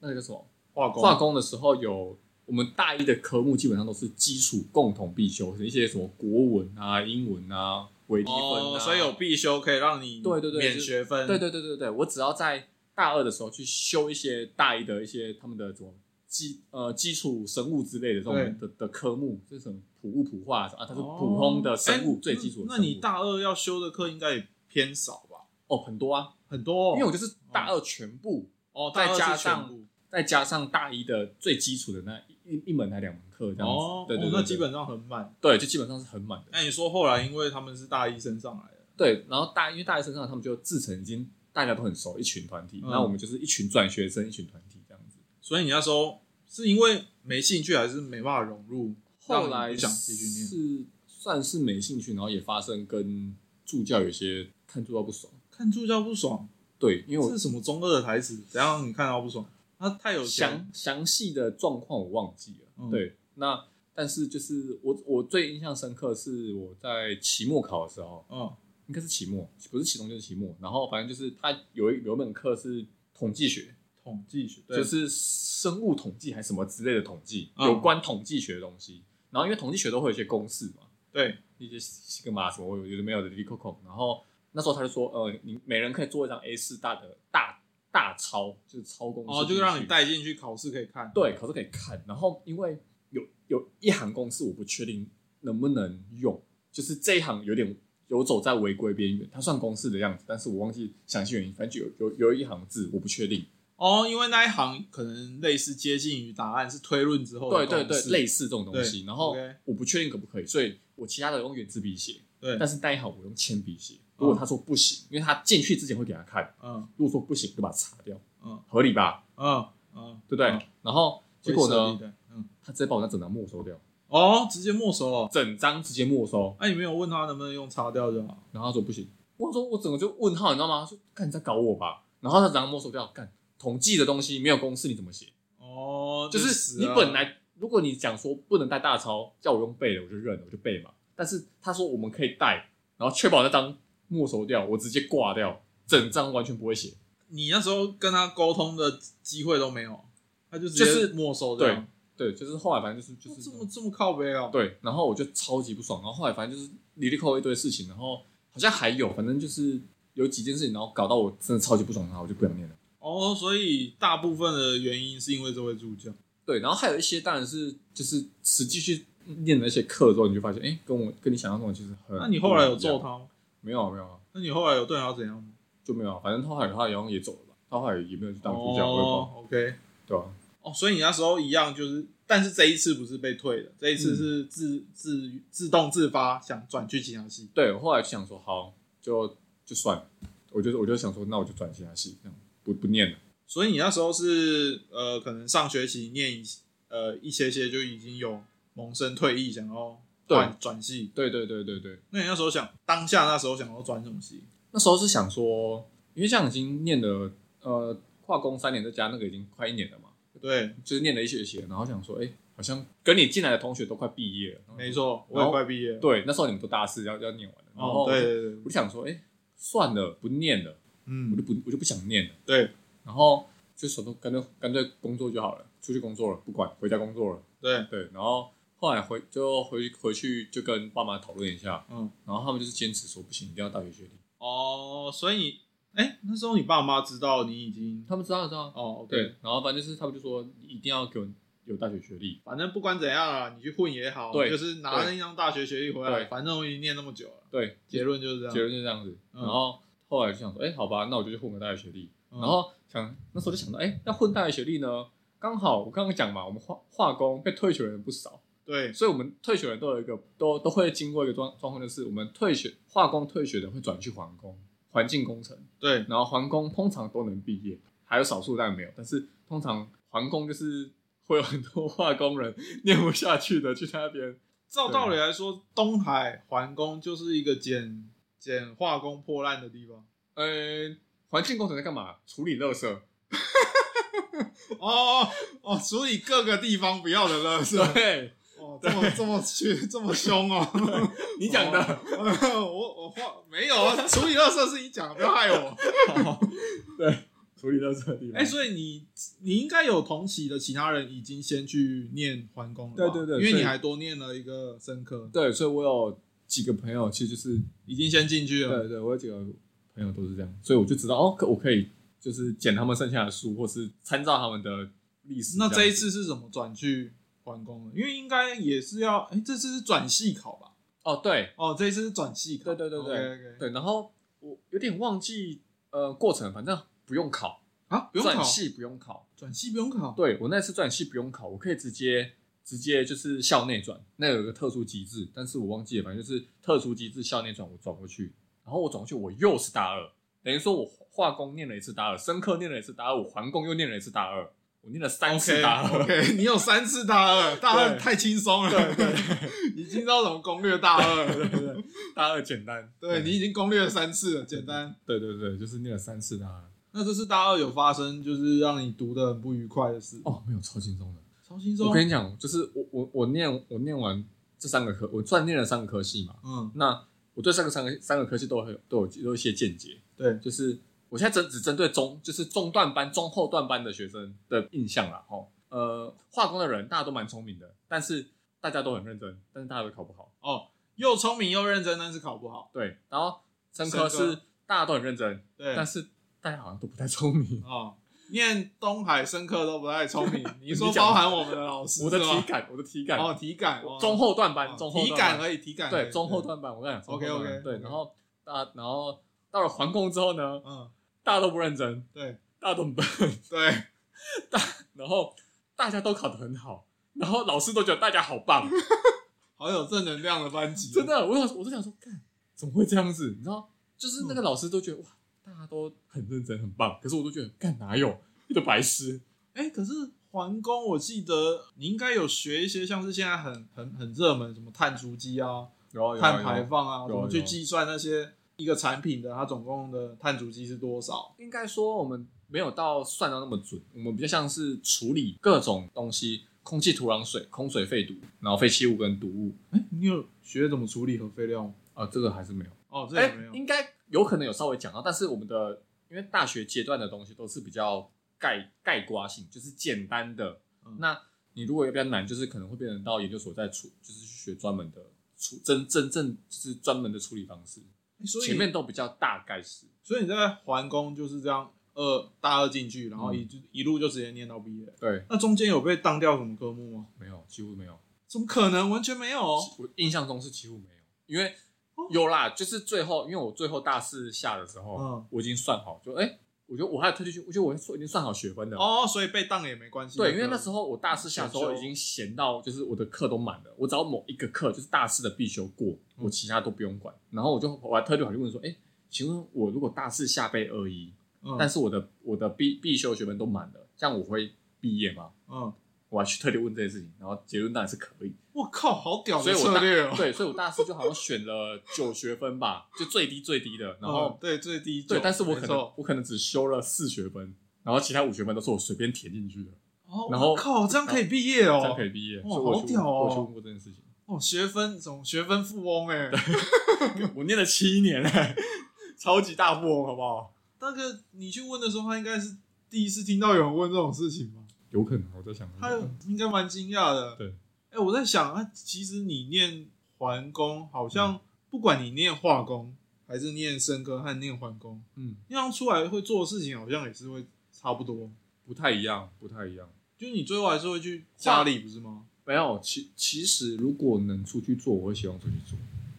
Speaker 2: 那个叫什么
Speaker 1: 化工？
Speaker 2: 化工的时候有。我们大一的科目基本上都是基础共同必修，一些什么国文啊、英文啊、微积分啊、
Speaker 1: 哦，所以有必修可以让你
Speaker 2: 对对对
Speaker 1: 免
Speaker 2: 就是
Speaker 1: 学分，
Speaker 2: 对对对对对，我只要在大二的时候去修一些大一的一些他们的什么基呃基础生物之类的这种
Speaker 1: 对
Speaker 2: 的的科目，就是什么普物普化什么啊，它是
Speaker 1: 哦
Speaker 2: 普通的生物、
Speaker 1: 哎
Speaker 2: 最基础的
Speaker 1: 那那
Speaker 2: 生物。
Speaker 1: 你大二要修的课应该也偏少吧？
Speaker 2: 哦很多啊，
Speaker 1: 很多哦、
Speaker 2: 因为我就是大二全部，
Speaker 1: 哦，
Speaker 2: 再
Speaker 1: 大二是
Speaker 2: 加
Speaker 1: 全
Speaker 2: 上
Speaker 1: 部
Speaker 2: 再加上大一的最基础的那一一一门还两门课这样子，
Speaker 1: 哦，
Speaker 2: 对对
Speaker 1: 哦
Speaker 2: 对
Speaker 1: 那
Speaker 2: 对
Speaker 1: 基本上哎很满。
Speaker 2: 对就基本上是很满的。
Speaker 1: 那你说后来因为他们是大一升上来的，
Speaker 2: 对，然后大因为大一升上他们就自成已经大家都很熟一群团体，
Speaker 1: 嗯
Speaker 2: 然后我们就是一群转学生一群团体这样子。
Speaker 1: 所以你那时候是因为没兴趣还是没办法融入？
Speaker 2: 后
Speaker 1: 让
Speaker 2: 来
Speaker 1: 你不想继续念
Speaker 2: 是算是没兴趣，然后也发生跟助教有些看助教不爽。
Speaker 1: 看助教不爽，
Speaker 2: 对，因为
Speaker 1: 这是什
Speaker 2: 我
Speaker 1: 么中二的台词？怎样你看到不爽？他太有钱，
Speaker 2: 详详细的状况我忘记了。
Speaker 1: 嗯
Speaker 2: 对，那但是就是我我最印象深刻是我在期末考的时候，
Speaker 1: 嗯
Speaker 2: 应该是期末，不是期中就是期末。然后反正就是他有一有一门课是统计学，
Speaker 1: 统计学对
Speaker 2: 就是生物统计还是什么之类的统计，
Speaker 1: 嗯
Speaker 2: 有关统计学的东西。然后因为统计学都会有一些公式嘛，
Speaker 1: 对，
Speaker 2: 一些西格玛什么，有的没有的 l i c o 然后那时候他就说，呃，你每人可以做一张 A 四大的大大抄，就是抄公式
Speaker 1: 哦，
Speaker 2: 进
Speaker 1: 就
Speaker 2: 去
Speaker 1: 让你带进去考试可以看。
Speaker 2: 对，可是可以看。然后因为有有一行公式我不确定能不能用，就是这一行有点游走在违规边缘，它算公式的样子，但是我忘记详细原因，反正就有有有一行字我不确定。
Speaker 1: 哦，因为那一行可能类似接近于答案，是推论之后
Speaker 2: 对
Speaker 1: 的
Speaker 2: 对
Speaker 1: 公
Speaker 2: 对，
Speaker 1: 式
Speaker 2: 类似这种东西。
Speaker 1: 对
Speaker 2: 然后
Speaker 1: OK
Speaker 2: 我不确定可不可以，所以我其他的用圆珠笔写，
Speaker 1: 对
Speaker 2: 但是那一行我用铅笔写。如果他说不行，因为他进去之前会给他看，
Speaker 1: 嗯
Speaker 2: 如果说不行就把它擦掉，
Speaker 1: 嗯
Speaker 2: 合理吧？
Speaker 1: 嗯嗯，
Speaker 2: 对不对？
Speaker 1: 嗯
Speaker 2: 然后结果
Speaker 1: 会设立
Speaker 2: 呢，
Speaker 1: 的？嗯，
Speaker 2: 他直接把我那整张没收掉，
Speaker 1: 哦，直接没收哦。
Speaker 2: 整张直接没收。
Speaker 1: 那、你没有问他能不能用擦掉就好。
Speaker 2: 然后他说不行，我说我整个就问号，你知道吗？他说看你在搞我吧。然后他整张没收掉，干统计的东西没有公式你怎么写？
Speaker 1: 哦，
Speaker 2: 就
Speaker 1: 就是死
Speaker 2: 你
Speaker 1: 了
Speaker 2: 本来如果你讲说不能带大钞，叫我用背的，我就认了，我就背嘛。但是他说我们可以带，然后确保那张没收掉，我直接挂掉，整张完全不会写。
Speaker 1: 你那时候跟他沟通的机会都没有，他就直
Speaker 2: 就
Speaker 1: 接
Speaker 2: 是
Speaker 1: 没收
Speaker 2: 对
Speaker 1: 掉。
Speaker 2: 对，就是后来反正就是就是
Speaker 1: 这么这么靠背哦。
Speaker 2: 对，然后我就超级不爽，然后后来反正就是里里扣扣一堆事情，然后好像还有，反正就是有几件事情，然后搞到我真的超级不爽，然后我就不想念了。
Speaker 1: 哦，所以大部分的原因是因为这位助教。
Speaker 2: 对，然后还有一些当然是就是实际去念了那些课之后，你就发现，哎、跟我跟你想象中的其实很……
Speaker 1: 那你后来有揍？他吗？
Speaker 2: 没有啊，没有啊，
Speaker 1: 那你后来有对他怎样吗？
Speaker 2: 就没有啊。反正他后来他好像也走了吧，他后来也没有去当助教，
Speaker 1: 哦，OK。
Speaker 2: 对啊吧、
Speaker 1: 哦，所以你那时候一样就是，但是这一次不是被退的，这一
Speaker 2: 嗯
Speaker 1: 次是自、自自动自发想转去其他系。
Speaker 2: 对，我后来就想说，好，就就算了，我就我就想说，那我就转其他系，这样不不念了。
Speaker 1: 所以你那时候是呃，可能上学期念一呃一些些就已经有萌生退役，想要转转系。
Speaker 2: 对对对对对，
Speaker 1: 那你那时候想当下那时候想要转什么系？
Speaker 2: 那时候是想说，因为像已经念了呃化工三年，再加那个已经快一年了嘛，
Speaker 1: 对，
Speaker 2: 就是念了一学期了，然后想说，哎、好像跟你进来的同学都快毕业了，然后
Speaker 1: 没错，我
Speaker 2: 然
Speaker 1: 也
Speaker 2: 后
Speaker 1: 快毕业了。
Speaker 2: 对，那时候你们都大四要要念完了，然后
Speaker 1: 哦，对对对，
Speaker 2: 我就想说，哎、算了，不念了，我
Speaker 1: 嗯，
Speaker 2: 就不我就不想念了，
Speaker 1: 对
Speaker 2: 然后就手头干脆干脆工作就好了，出去工作了，不管回家工作了，
Speaker 1: 对，
Speaker 2: 对，然后后来回就回回去就跟爸妈讨论一下，
Speaker 1: 嗯，
Speaker 2: 然后他们就是坚持说不行，一定要大学学历，
Speaker 1: 哦，所以你哎那时候你爸妈知道你已经
Speaker 2: 他们知道知道，
Speaker 1: 哦
Speaker 2: 对
Speaker 1: OK，，
Speaker 2: 然后反正就是他们就说一定要给我有大学学历，
Speaker 1: 反正不管怎样啊，你去混也好，
Speaker 2: 对
Speaker 1: 就是拿那张大学学历回来，
Speaker 2: 对
Speaker 1: 反正我已经念那么久了，
Speaker 2: 对，
Speaker 1: 结论就是这样。
Speaker 2: 结论就是这样子，
Speaker 1: 嗯
Speaker 2: 然后后来就想说，哎、好吧，那我就去混个大学学历，
Speaker 1: 嗯
Speaker 2: 然后想那时候就想到，哎、要混大学学历呢，刚好我刚刚讲嘛，我们化化工被退学的人不少，
Speaker 1: 对，
Speaker 2: 所以我们退学的人都有一个都都会经过一个状状况，就是我们退学化工退学的会转去环工环境工程，
Speaker 1: 对，
Speaker 2: 然后环工通常都能毕业，还有少数但没有，但是通常环工就是会有很多化工人 念不下去的去那边，
Speaker 1: 照
Speaker 2: 啊
Speaker 1: 道理来说，东海环工就是一个捡捡化工破烂的地方。
Speaker 2: 呃，环境工程在干嘛？处理垃圾。
Speaker 1: 哦哦，处理各个地方不要的垃圾。
Speaker 2: 对，
Speaker 1: 哦，这么这么去这么凶哦！
Speaker 2: 你讲的，
Speaker 1: 哦我我话没有啊，处理垃圾是你讲的，不要害我。
Speaker 2: 对，处理到这个地方。
Speaker 1: 哎、所以你你应该有同期的其他人已经先去念环工了吧，
Speaker 2: 对对对
Speaker 1: 因为
Speaker 2: 所以
Speaker 1: 你还多念了一个生科，
Speaker 2: 对，所以我有几个朋友，其实就是
Speaker 1: 已经先进去了。
Speaker 2: 对对，我有几个朋友都是这样，所以我就知道哦，可我可以就是捡他们剩下的书，或是参照他们的历史。
Speaker 1: 那这一
Speaker 2: 样
Speaker 1: 次
Speaker 2: 子
Speaker 1: 是怎么转去环工的？因为应该也是要，哎、这次是转系考吧？
Speaker 2: 哦，对
Speaker 1: 哦，这一次是转系考。
Speaker 2: 对对对对
Speaker 1: OK，OK
Speaker 2: 对，然后我有点忘记呃过程，反正不用考，
Speaker 1: 啊，不用考
Speaker 2: 转，系不用考。
Speaker 1: 转系不用考。
Speaker 2: 对我那次转系不用考，我可以直接直接就是校内转，那有一个特殊机制，但是我忘记了，反正就是特殊机制校内转，我转过去，然后我转过去，我又是大二，等于说我化工念了一次大二，生科念了一次大二，我环工又念了一次大二，我念了三次大二
Speaker 1: o k o k 你有三次大二，大二
Speaker 2: 对
Speaker 1: 太轻松了，
Speaker 2: 对对
Speaker 1: 已经知道怎么攻略大二了。
Speaker 2: 对对对， 大二简单，嗯
Speaker 1: 对你已经攻略了三次了，简单。
Speaker 2: 对对对，就是念了三次大二，
Speaker 1: 那这次大二有发生就是让你读的很不愉快的事，
Speaker 2: 哦，没有超轻松的。
Speaker 1: 超轻
Speaker 2: 我
Speaker 1: 松。
Speaker 2: 跟你讲，就是我我我念我念完这三个科，我算念了三个科系嘛，
Speaker 1: 嗯，
Speaker 2: 那我对三个三个三个科系都很有都有都有一些见解，
Speaker 1: 对，
Speaker 2: 就是我现在针只针对中就是中段班、中后段班的学生的印象啦，哦，呃，化工的人大家都蛮聪明的，但是大家都很认真，但是大家都考不好，
Speaker 1: 哦，又聪明又认真，但是考不好。
Speaker 2: 对，然后生科
Speaker 1: 生科
Speaker 2: 是大家都很认真，
Speaker 1: 对，
Speaker 2: 但是大家好像都不太聪明，
Speaker 1: 哦，念东海深刻都不太聪明。你说
Speaker 2: 你讲
Speaker 1: 包含我们的老师
Speaker 2: 我的
Speaker 1: 是
Speaker 2: 体
Speaker 1: 吗
Speaker 2: 感，我的体感，
Speaker 1: 哦，体感哦
Speaker 2: 中后段
Speaker 1: 哦
Speaker 2: 班，中后
Speaker 1: 体
Speaker 2: 段
Speaker 1: 感
Speaker 2: 班
Speaker 1: 而已，体感而已
Speaker 2: 对，中后段班，我跟你讲中后
Speaker 1: OK，OK，
Speaker 2: 段班对，
Speaker 1: OK
Speaker 2: 然后大然后到了环控之后呢，
Speaker 1: 嗯，
Speaker 2: 大家都不认真，
Speaker 1: 对
Speaker 2: 大家都很笨，
Speaker 1: 对，
Speaker 2: 然后大家都考得很好，然后老师都觉得大家好棒，
Speaker 1: 好有正能量的班级，
Speaker 2: 真的，我想我就想说，看怎么会这样子？你知道，就是那个老师都觉得哇，大家都很认真很棒，可是我都觉得干哪有一个白痴？
Speaker 1: 哎、可是环工，我记得你应该有学一些，像是现在很很很热门什么碳足迹啊、
Speaker 2: 有啊有啊
Speaker 1: 碳排放啊，
Speaker 2: 有
Speaker 1: 怎么去计算那些一个产品的它总共的碳足迹是多少？
Speaker 2: 应该说我们没有到算到那么准，我们比较像是处理各种东西，空气、土壤、水、空水废毒，然后废弃物跟毒物。
Speaker 1: 哎、你有学怎么处理核废料吗？
Speaker 2: 啊，这个还是没有。
Speaker 1: 哦，这
Speaker 2: 哎、
Speaker 1: 也没有。
Speaker 2: 应该有可能有稍微讲到，但是我们的因为大学阶段的东西都是比较概概括性，就是简单的。
Speaker 1: 嗯
Speaker 2: 那你如果要比较难，就是可能会变成到研究所再处，就是去学专门的处真真正就是专门的处理方式。
Speaker 1: 哎所以
Speaker 2: 前面都比较大概是，
Speaker 1: 所以你在环工就是这样二大二进去，然后一、
Speaker 2: 嗯
Speaker 1: 就一路就直接念到毕业。
Speaker 2: 对，
Speaker 1: 那中间有被当掉什么科目吗？
Speaker 2: 没有，几乎没有。
Speaker 1: 怎么可能？完全没有哦。
Speaker 2: 我印象中是几乎没有，哦因为有啦，就是最后，因为我最后大四下的时候，
Speaker 1: 嗯
Speaker 2: 我已经算好，就哎、我觉得我还有特地去，我觉得我已经算好学分了。
Speaker 1: 哦，所以被当也没关系。
Speaker 2: 对，因为那
Speaker 1: 候
Speaker 2: 时候我大四下的时候已经闲到，就是我的课都满了，我只要某一个课就是大四的必修过，
Speaker 1: 嗯
Speaker 2: 我其他都不用管。然后我就我还特地跑去问说，哎、请问我如果大四下被二一，
Speaker 1: 嗯
Speaker 2: 但是我的我的必必修学分都满了，这样我会毕业吗？
Speaker 1: 嗯，
Speaker 2: 我还去特地问这件事情，然后结论当然是可以。
Speaker 1: 我靠，好屌的
Speaker 2: 所以我
Speaker 1: 策
Speaker 2: 大
Speaker 1: 略哦。
Speaker 2: 对，所以我大四就好像选了九学分吧，就最低最低的， 然后
Speaker 1: 嗯、对最低九
Speaker 2: 对，但是我
Speaker 1: 没
Speaker 2: 可
Speaker 1: 错
Speaker 2: 能我可能只修了四学分，然后其他五学分都是我随便填进去的，
Speaker 1: 哦，
Speaker 2: 然后嗯
Speaker 1: 我靠，这样可以毕业哦，
Speaker 2: 这样可以毕业。
Speaker 1: 哇
Speaker 2: 所以我
Speaker 1: 好
Speaker 2: 去
Speaker 1: 屌哦
Speaker 2: 我去问过这件事情。
Speaker 1: 哦，学分什么学分富翁哎、
Speaker 2: 我念了七年、超级大富翁，好不好？
Speaker 1: 那个你去问的时候，他应该是第一次听到有人问这种事情吧？
Speaker 2: 有可能，我在想，
Speaker 1: 他应该蛮惊讶的。
Speaker 2: 对，
Speaker 1: 哎、我在想啊，其实你念环工，好像不管你念化工还是念生科和念环工，
Speaker 2: 嗯，
Speaker 1: 那样出来会做的事情好像也是会差不多。
Speaker 2: 不太一样，不太一样。
Speaker 1: 就是你最后还是会去家里，不是吗？
Speaker 2: 没有，其其实如果能出去做，我会希望出去做。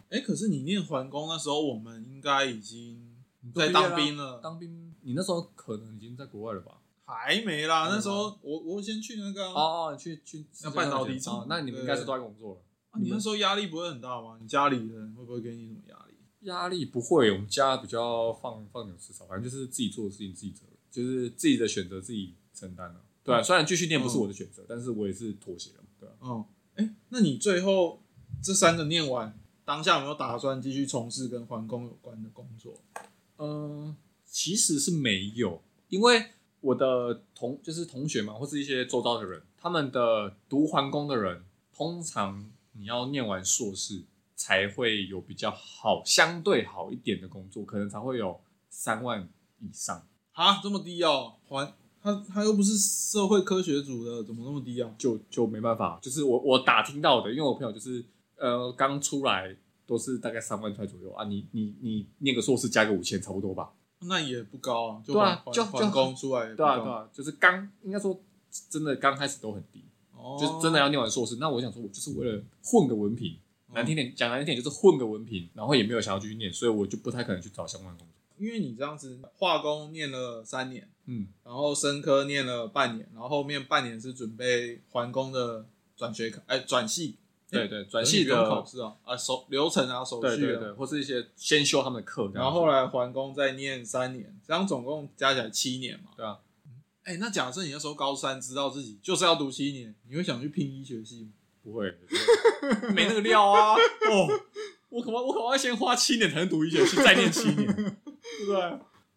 Speaker 1: 哎、可是你念环工那时候，我们应该已经
Speaker 2: 都
Speaker 1: 在
Speaker 2: 毕业
Speaker 1: 当
Speaker 2: 啦
Speaker 1: 兵了，
Speaker 2: 当兵，你那时候可能已经在国外了吧？
Speaker 1: 还没啦，
Speaker 2: 还没吗
Speaker 1: 那时候我我先去那个啊、
Speaker 2: 哦哦，去去
Speaker 1: 那半导体厂
Speaker 2: 哦那你们应该是都在工作了。
Speaker 1: 啊你那时候压力不会很大吗？你家里人会不会给你什么压力？
Speaker 2: 压力不会，我们家比较放放牛吃草，反正就是自己做的事情自己责任，就是自己的选择自己承担了、对啊，虽然继续念不是我的选择，但是我也是妥协了嘛，对啊。
Speaker 1: 嗯，哎、那你最后这三个念完，当下有没有打算继续从事跟环工有关的工作？
Speaker 2: 呃嗯，其实是没有，因为我的同就是同学们或是一些周遭的人，他们的读环工的人，通常你要念完硕士才会有比较好、相对好一点的工作，可能才会有三万以上，
Speaker 1: 啊，这么低哦，还他他又不是社会科学组的，怎么那么低啊？
Speaker 2: 就就没办法。就是我我打听到的，因为我朋友就是呃刚出来都是大概三万块左右啊，你你你念个硕士加个五千差不多吧。
Speaker 1: 那也不高啊，就
Speaker 2: 对啊
Speaker 1: 还还
Speaker 2: 就就
Speaker 1: 还工出来也不
Speaker 2: 对啊，
Speaker 1: 高，
Speaker 2: 对啊，就是刚应该说真的刚开始都很低，
Speaker 1: 哦
Speaker 2: 就是真的要念完硕士。那我想说，我就是为了混个文凭，
Speaker 1: 嗯
Speaker 2: 难听点讲难听点就是混个文凭，然后也没有想要继续念，所以我就不太可能去找相关工作。
Speaker 1: 因为你这样子化工念了三年，
Speaker 2: 嗯，
Speaker 1: 然后生科念了半年，然后后面半年是准备环工的转学考，哎，转系，
Speaker 2: 对对，转系
Speaker 1: 你不用考
Speaker 2: 的，
Speaker 1: 试啊，啊手流程啊手续啊，
Speaker 2: 对对对，或是一些先修他们的课，
Speaker 1: 然后后来环工再念三年，这样总共加起来七年嘛。
Speaker 2: 对啊。
Speaker 1: 哎、那假设你那时候高三知道自己就是要读七年，你会想去拼医学系吗？
Speaker 2: 不会，不会没那个料啊。哦，我恐怕我恐怕要先花七年才能读医学系，再念七年，对不对？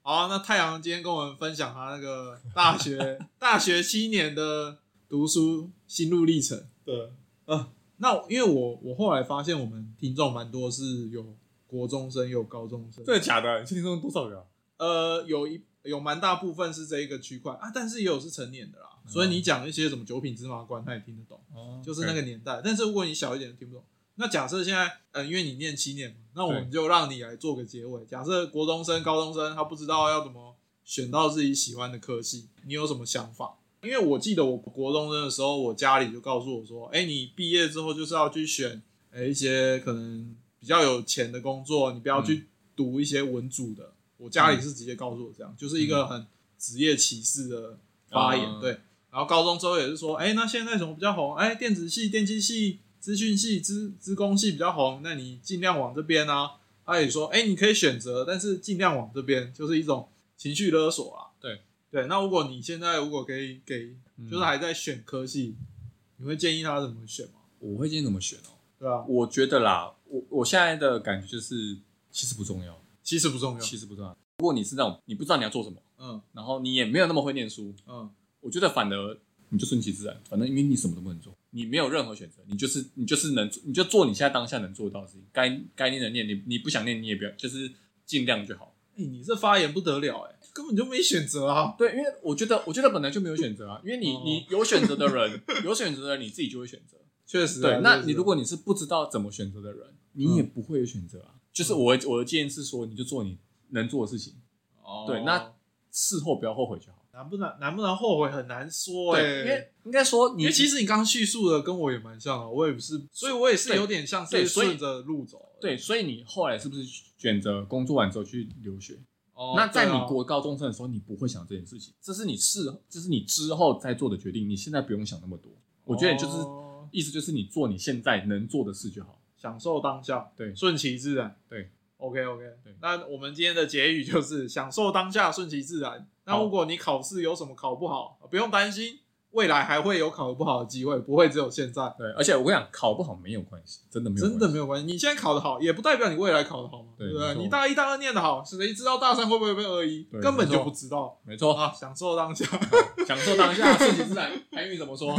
Speaker 1: 好啊、那太阳今天跟我们分享他那个大学大学七年的读书心路历程。呃
Speaker 2: 对，
Speaker 1: 那因为我我后来发现我们听众蛮多是有国中生，有高中生，
Speaker 2: 真的假的？你现在中多少个啊？
Speaker 1: 呃，有一有蛮大部分是这一个区块啊，但是也有是成年的啦，
Speaker 2: 嗯
Speaker 1: 所以你讲一些什么九品芝麻官，他也听得懂。
Speaker 2: 哦
Speaker 1: 就是那个年代。但是如果你小一点听不懂，那假设现在，嗯，因为你念七年嘛，那我们就让你来做个结尾。假设国中生、高中生他不知道要怎么选到自己喜欢的科系，你有什么想法？因为我记得我国中生的时候，我家里就告诉我说，哎、你毕业之后就是要去选，哎、一些可能比较有钱的工作，你不要去读一些文组的。我家
Speaker 2: 嗯
Speaker 1: 里是直接告诉我这样，就是一个很职业歧视的发言，
Speaker 2: 嗯
Speaker 1: 对。然后高中之后也是说，哎、那现在什么比较红？哎、电子系、电机系、资讯系、资资工系比较红，那你尽量往这边啊。他也说，哎、你可以选择，但是尽量往这边，就是一种情绪勒索啦。
Speaker 2: 对
Speaker 1: 对，那如果你现在如果可以给，
Speaker 2: 嗯
Speaker 1: 就是还在选科系，你会建议他怎么选吗？
Speaker 2: 我会建议怎么选哦。
Speaker 1: 对啊，
Speaker 2: 我觉得啦，我我现在的感觉就是，其实不重要，
Speaker 1: 其实不重要。
Speaker 2: 其实不重要。如果你是那种你不知道你要做什么，
Speaker 1: 嗯
Speaker 2: 然后你也没有那么会念书，
Speaker 1: 嗯，
Speaker 2: 我觉得反而你就顺其自然，反正因为你什么都不能做，你没有任何选择，你就是你就是能你就做你现在当下能做到的事情，该该念的念，你你不想念你也不要，就是尽量就好。
Speaker 1: 哎、你这发言不得了、哎，根本就没选择啊。
Speaker 2: 对，因为我觉得我觉得本来就没有选择啊，因为你
Speaker 1: 哦
Speaker 2: 你有选择的人， 有选择的人你自己就会选择。
Speaker 1: 确实啊、嗯
Speaker 2: 对，那
Speaker 1: 确实
Speaker 2: 你如果你是不知道怎么选择的人，你也不会有选择啊。就是我我的建议是说，你就做你能做的事情，
Speaker 1: 哦
Speaker 2: 对那事后不要后悔就好。
Speaker 1: 难不难难不难后悔很难说哎、
Speaker 2: 因为应该说你
Speaker 1: 因为其实你刚刚叙述的跟我也蛮像的，我也不是，所以我也是
Speaker 2: 对
Speaker 1: 有点像
Speaker 2: 对
Speaker 1: 是
Speaker 2: 所以
Speaker 1: 顺着路走的。
Speaker 2: 对，所以你后来是不是选择工作完之后去留学？
Speaker 1: 哦，
Speaker 2: 那在
Speaker 1: 对
Speaker 2: 你
Speaker 1: 啊
Speaker 2: 国高中生的时候，你不会想这件事情，这是你事，这是你之后再做的决定，你现在不用想那么多。我觉得就是、
Speaker 1: 哦
Speaker 2: 意思就是你做你现在能做的事就好。
Speaker 1: 享受当下，
Speaker 2: 对
Speaker 1: 顺其自然，
Speaker 2: 对
Speaker 1: ，OK OK，
Speaker 2: 对
Speaker 1: 那我们今天的结语就是享受当下，顺其自然。那
Speaker 2: 好
Speaker 1: 如果你考试有什么考不好，不用担心，未来还会有考不好的机会，不会只有现在，
Speaker 2: 对，而且我跟你讲，考不好没有关系，真的没有关系，
Speaker 1: 真的没有关系。你现在考得好，也不代表你未来考得好嘛，
Speaker 2: 对
Speaker 1: 对不对？
Speaker 2: 没错
Speaker 1: 你大一、大二念得好，谁知道大三会不会被二一
Speaker 2: 对？
Speaker 1: 根本
Speaker 2: 没错
Speaker 1: 就不知道
Speaker 2: 没错。
Speaker 1: 啊！享受当下，
Speaker 2: 享受当下，顺其自然。韩 语怎么说？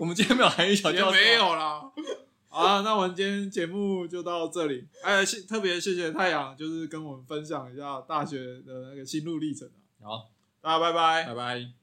Speaker 2: 我们今天没有韩语小
Speaker 1: 也
Speaker 2: 教室，哦
Speaker 1: 没。有啦。 好啊，那我们今天节目就到这里。哎，谢特别谢谢太阳，就是跟我们分享一下大学的那个心路历程啊。
Speaker 2: 好，
Speaker 1: 大家拜拜。
Speaker 2: 拜拜。